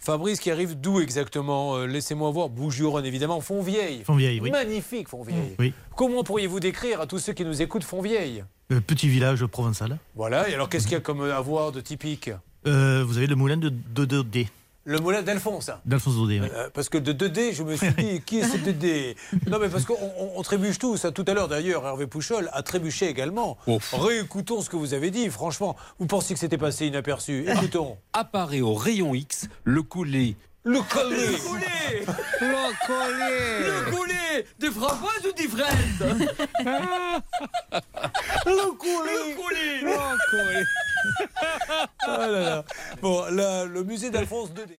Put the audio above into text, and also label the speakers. Speaker 1: Fabrice qui arrive d'où exactement euh, Laissez-moi voir. Bougeron évidemment. Fontvieille.
Speaker 2: Fontvieille, oui.
Speaker 1: Magnifique Fontvieille.
Speaker 2: Oui.
Speaker 1: Comment pourriez-vous décrire à tous ceux qui nous écoutent Fontvieille
Speaker 2: Euh, petit village provençal.
Speaker 1: Voilà. Et alors qu'est-ce qu'il y a comme euh, avoir de typique
Speaker 2: Euh, vous avez le moulin de, de, de- D,
Speaker 1: Le moulin d'Alphonse.
Speaker 2: d'Alphonse Daudet. oui.
Speaker 1: Euh, parce que de 2D, je me suis dit, qui est ce 2D Non, mais parce qu'on on- on trébuche tous. hein. Tout à l'heure, d'ailleurs, Hervé Pouchol a trébuché également.
Speaker 3: Ouf.
Speaker 1: Réécoutons ce que vous avez dit. Franchement, vous pensiez que c'était passé inaperçu. Écoutons.
Speaker 3: Apparaît au rayon X le coulis.
Speaker 1: Le collier
Speaker 4: Goulet Le goulet Des framboises ou des fraises
Speaker 1: Le collier
Speaker 4: Goulet
Speaker 1: Oh Ah là là. Bon, là, le musée d'Alphonse 2D.